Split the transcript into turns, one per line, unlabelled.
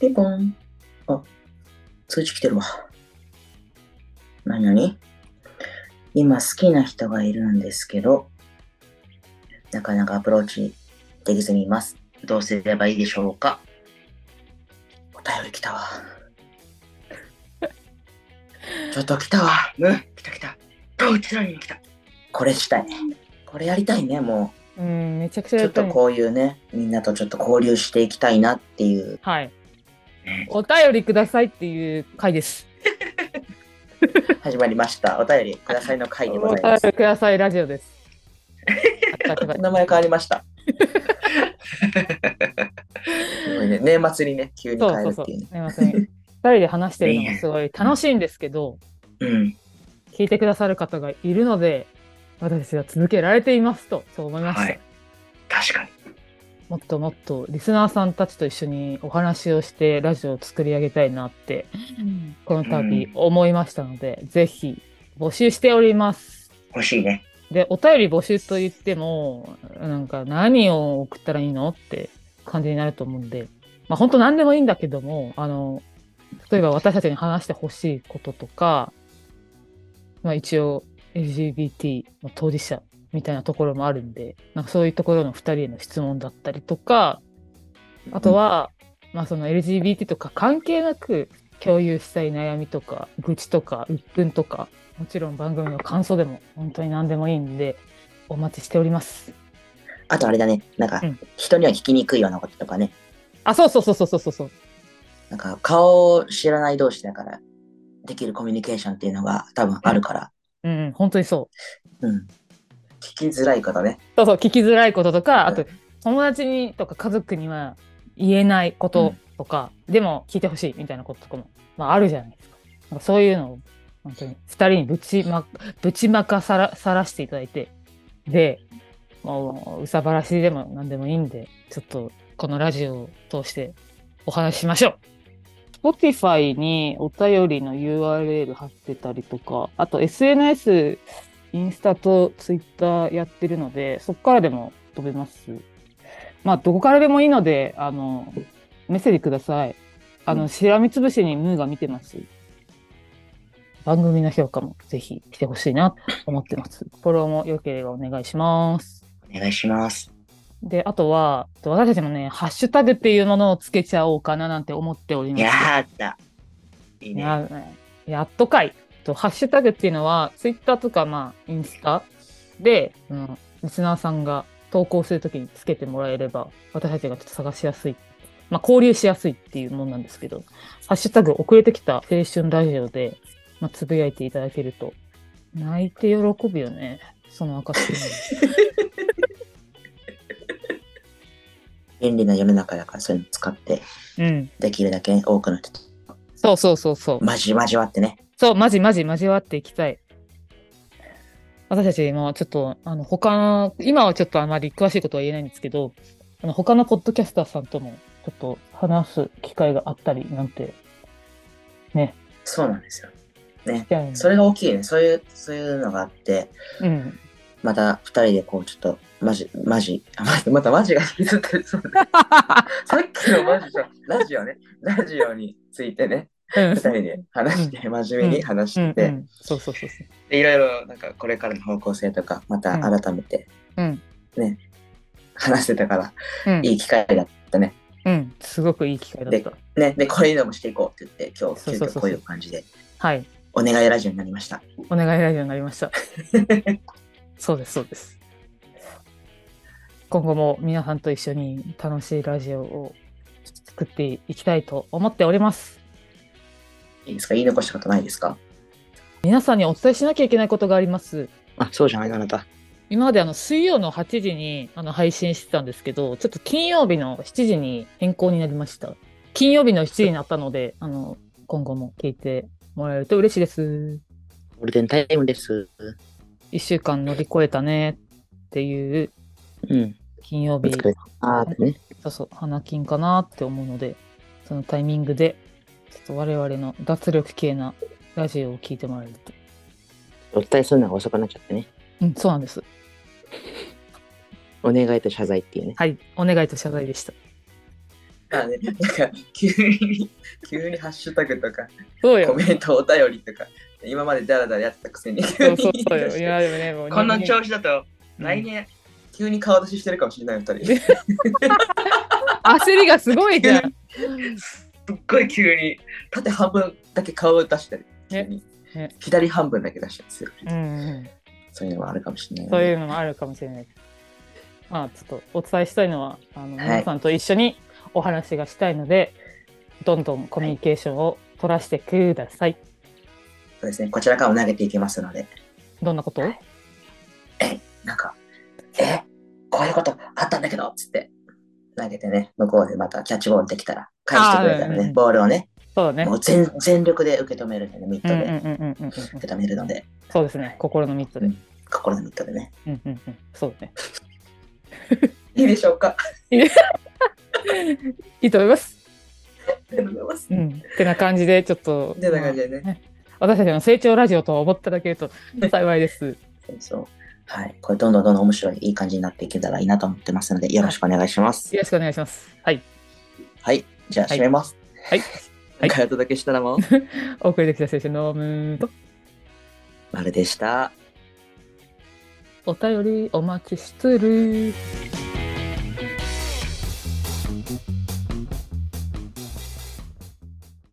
ピンポン。あ、通知来てるわ。なになに今好きな人がいるんですけど、なかなかアプローチできずにいます。どうすればいいでしょうかお便り来 たわ。ちょっと来たわ。うん、来た来た。どうちらに来た。これしたい。これやりたいね、も
うん、めちゃくち
う。
ゃ
ち
や
ょ
っ
ったと
ね
こういうね、みんなとちょっと交流していきたいなっていう。
はい。お便りくださいっていう回です。
始まりました。お便りくださいの回でご
お
ざいま
便
す。
りくださいラジオです。あったか い
名前変わりま した。すごいね年末にね、急に
そう
変える
そう
っ
そう。
ていうね。
すみません。二人で話してるのもすごい楽しいんですけど、
うん。
聞いてくださる方がいるので、私は続けられていますと、そう思いました。。
確かに。
もっともっとリスナーさんたちと一緒にお話をしてラジオを作り上げたいなって、この度思いましたので、ぜひ募集しております。
欲しいね。
で、お便り募集と言っても、なんか何を送ったらいいのって感じになると思うんで、まあ本当何でもいいんだけども、あの、例えば私たちに話してほしいこととか、まあ一応 LGBT の当事者みたいなところもあるんで、なんかそういうところの2人への質問だったりとか、あとは、まあその LGBT とか関係なく共有したい悩みとか、愚痴とか、鬱憤とか、もちろん番組の感想でも本当に何でもいいんで、お待ちしております。
あとあれだね、なんか
うん、
人には聞きにくいようなこととかね、
あ、そうそうそうそうそうそう。
なんか、顔を知らない同士だから、できるコミュニケーションっていうのが多分あるから、
うんうん、本当にそう。
うん。聞きづらい方ね。
そうそう、聞きづらいこととか、あ
う
と、友達にとか家族には言えないこととか、でも聞いてほしいみたいなこととかも、まあ、あるじゃないですか。なんかそういうのを、本当に、二人にぶちま、ぶちまかさら、さらしていただいて、で、もう、うさばらしでも何でもいいんで、ちょっと、このラジオを通してお話ししましょう。Spotify にお便りの URL 貼ってたりとか、あと SNS インスタとツイッターやってるので、そこからでも飛べます。まあ、どこからでもいいので、あの、メッセージください。あの、しらみつぶしにムーが見てます。番組の評価もぜひしてほしいなと思ってます。フォローも良ければお願いします。
お願いします。
で、あとは、私たちもね、ハッシュタグっていうものをつけちゃおうかななんて思っております。
やった。いいね。
ややっとかい。とハッシュタグっていうのは、ツイッターとか、まあ、インスタで、うん、リスナーさんが投稿するときにつけてもらえれば、私たちがちょっと探しやすい。まあ、交流しやすいっていうもんなんですけど、ハッシュタグ遅れてきた青春ラジオで、まあ、つぶやいていただけると、泣いて喜ぶよね。その証に。
便利な世の中だから、そういうの使って、
うん。
できるだけ多くの人と
そうそうそうそう。
交わ交わってね。
そう、マジマジ交わっていきたい。私たちもちょっと、あの、他の、今はちょっとあまり詳しいことは言えないんですけど、あの、他のポッドキャスターさんとも、ちょっと話す機会があったりなんて、
そうなんですよ。
しちゃうんで
それが大きいね。そういう、そういうのがあって、
うん。
また二人でこう、ちょっと、マジ、マジ、あマジま たマジが引きずってる。そうさっきのマジじ ゃ、ラジオね。ラジオについてね。
うん
二人で話して、真面目に話して、
うんうんそうそうそうそう。
でいろいろなんかこれからの方向性とかまた改めて
うん。
話してたから、
うん。
いい機会だったね
うん。すごくいい機会だった。
ねでこういうのもしていこうって言って今日
そう
急
そうそ
遽
うそう
こういう感じで
はい。
お願いラジオになりました
お願いラジオになりました。 そうです、そうです。今後も皆さんと一緒に楽しいラジオを作っていきたいと思っております。
いいですか言い残したことないですか
皆さんにお伝えしなきゃいけないことがあります。
あそうじゃないのあなた
今まであの水曜の8時にあの配信してたんですけど、ちょっと金曜日の7時に変更になりました。金曜日の7時になったので、あの、今後も聞いてもらえると嬉しいです。
ゴールデンタイムです
1週間乗り越えたねっていう
うん
金曜日。
あ
ーって
ね
そうそう、花金かなって思うので、そのタイミングで、ちょっと我々の脱力系なラジオを聞いてもらえる
お
と。
伝えするのが遅くなっちゃってね
うん、そうなんです。
お願いと謝罪っていうね
はい、お願いと謝罪でした。
あね、なんか急に、急にハッシュタグとか、
そ
コ
うよ。
メント、お便りとか、今までダラダラやってたくせに、
そ
急
うそ う
に
そうよ。いやでもね、もう
この
人間
調子だと来年、
急に顔出ししてるかもしれない、二人。
焦りがすごいじゃん。
すっごい急に。
縦半分だけ顔を出したり、急に
ね
左半分だけ出したりする。
うんうん、
そういうのはあるかもしれないね。
そういうのもあるかもしれない。まあちょっとお伝えしたいのはあの、
はい
皆さんと一緒にお話がしたいので、どんどんコミュニケーションを取らせてください。
そうですね、こちらからも投げていきますので、
どんなことを？
なんか、えこういうことあったんだけどつって、投げてね、向こうでまたキャッチボールできたら、返してくれたら
あーうんう
ね
ん、
ボールをね、
そうだね
も。う全全力で受け止めるんでね、ミッ
う
ト
んうん
で
うんうんうんうん。
受け止めるので、
そうですね。心のミットで。
うん心のミットでね。
うんうんうん。そうだね。
いいでしょうか
いいと思います。
ありがとうございます。
うん。ってな感じでちょっと。
てな感じでね。
私たちの成長ラジオと思っていただけると幸いです。
そう。はい。これ、どんどんどんどん面白い、いい感じになっていけたらいいなと思ってますので、よろしくお願いします。
よろしくお願いします。 はい。
はい。じゃあ、
はい
締めます。
はい。は
今
い
回お届け したのも、
お送りできた青春のムーンと
まるでした。
お便りお待ちしてる。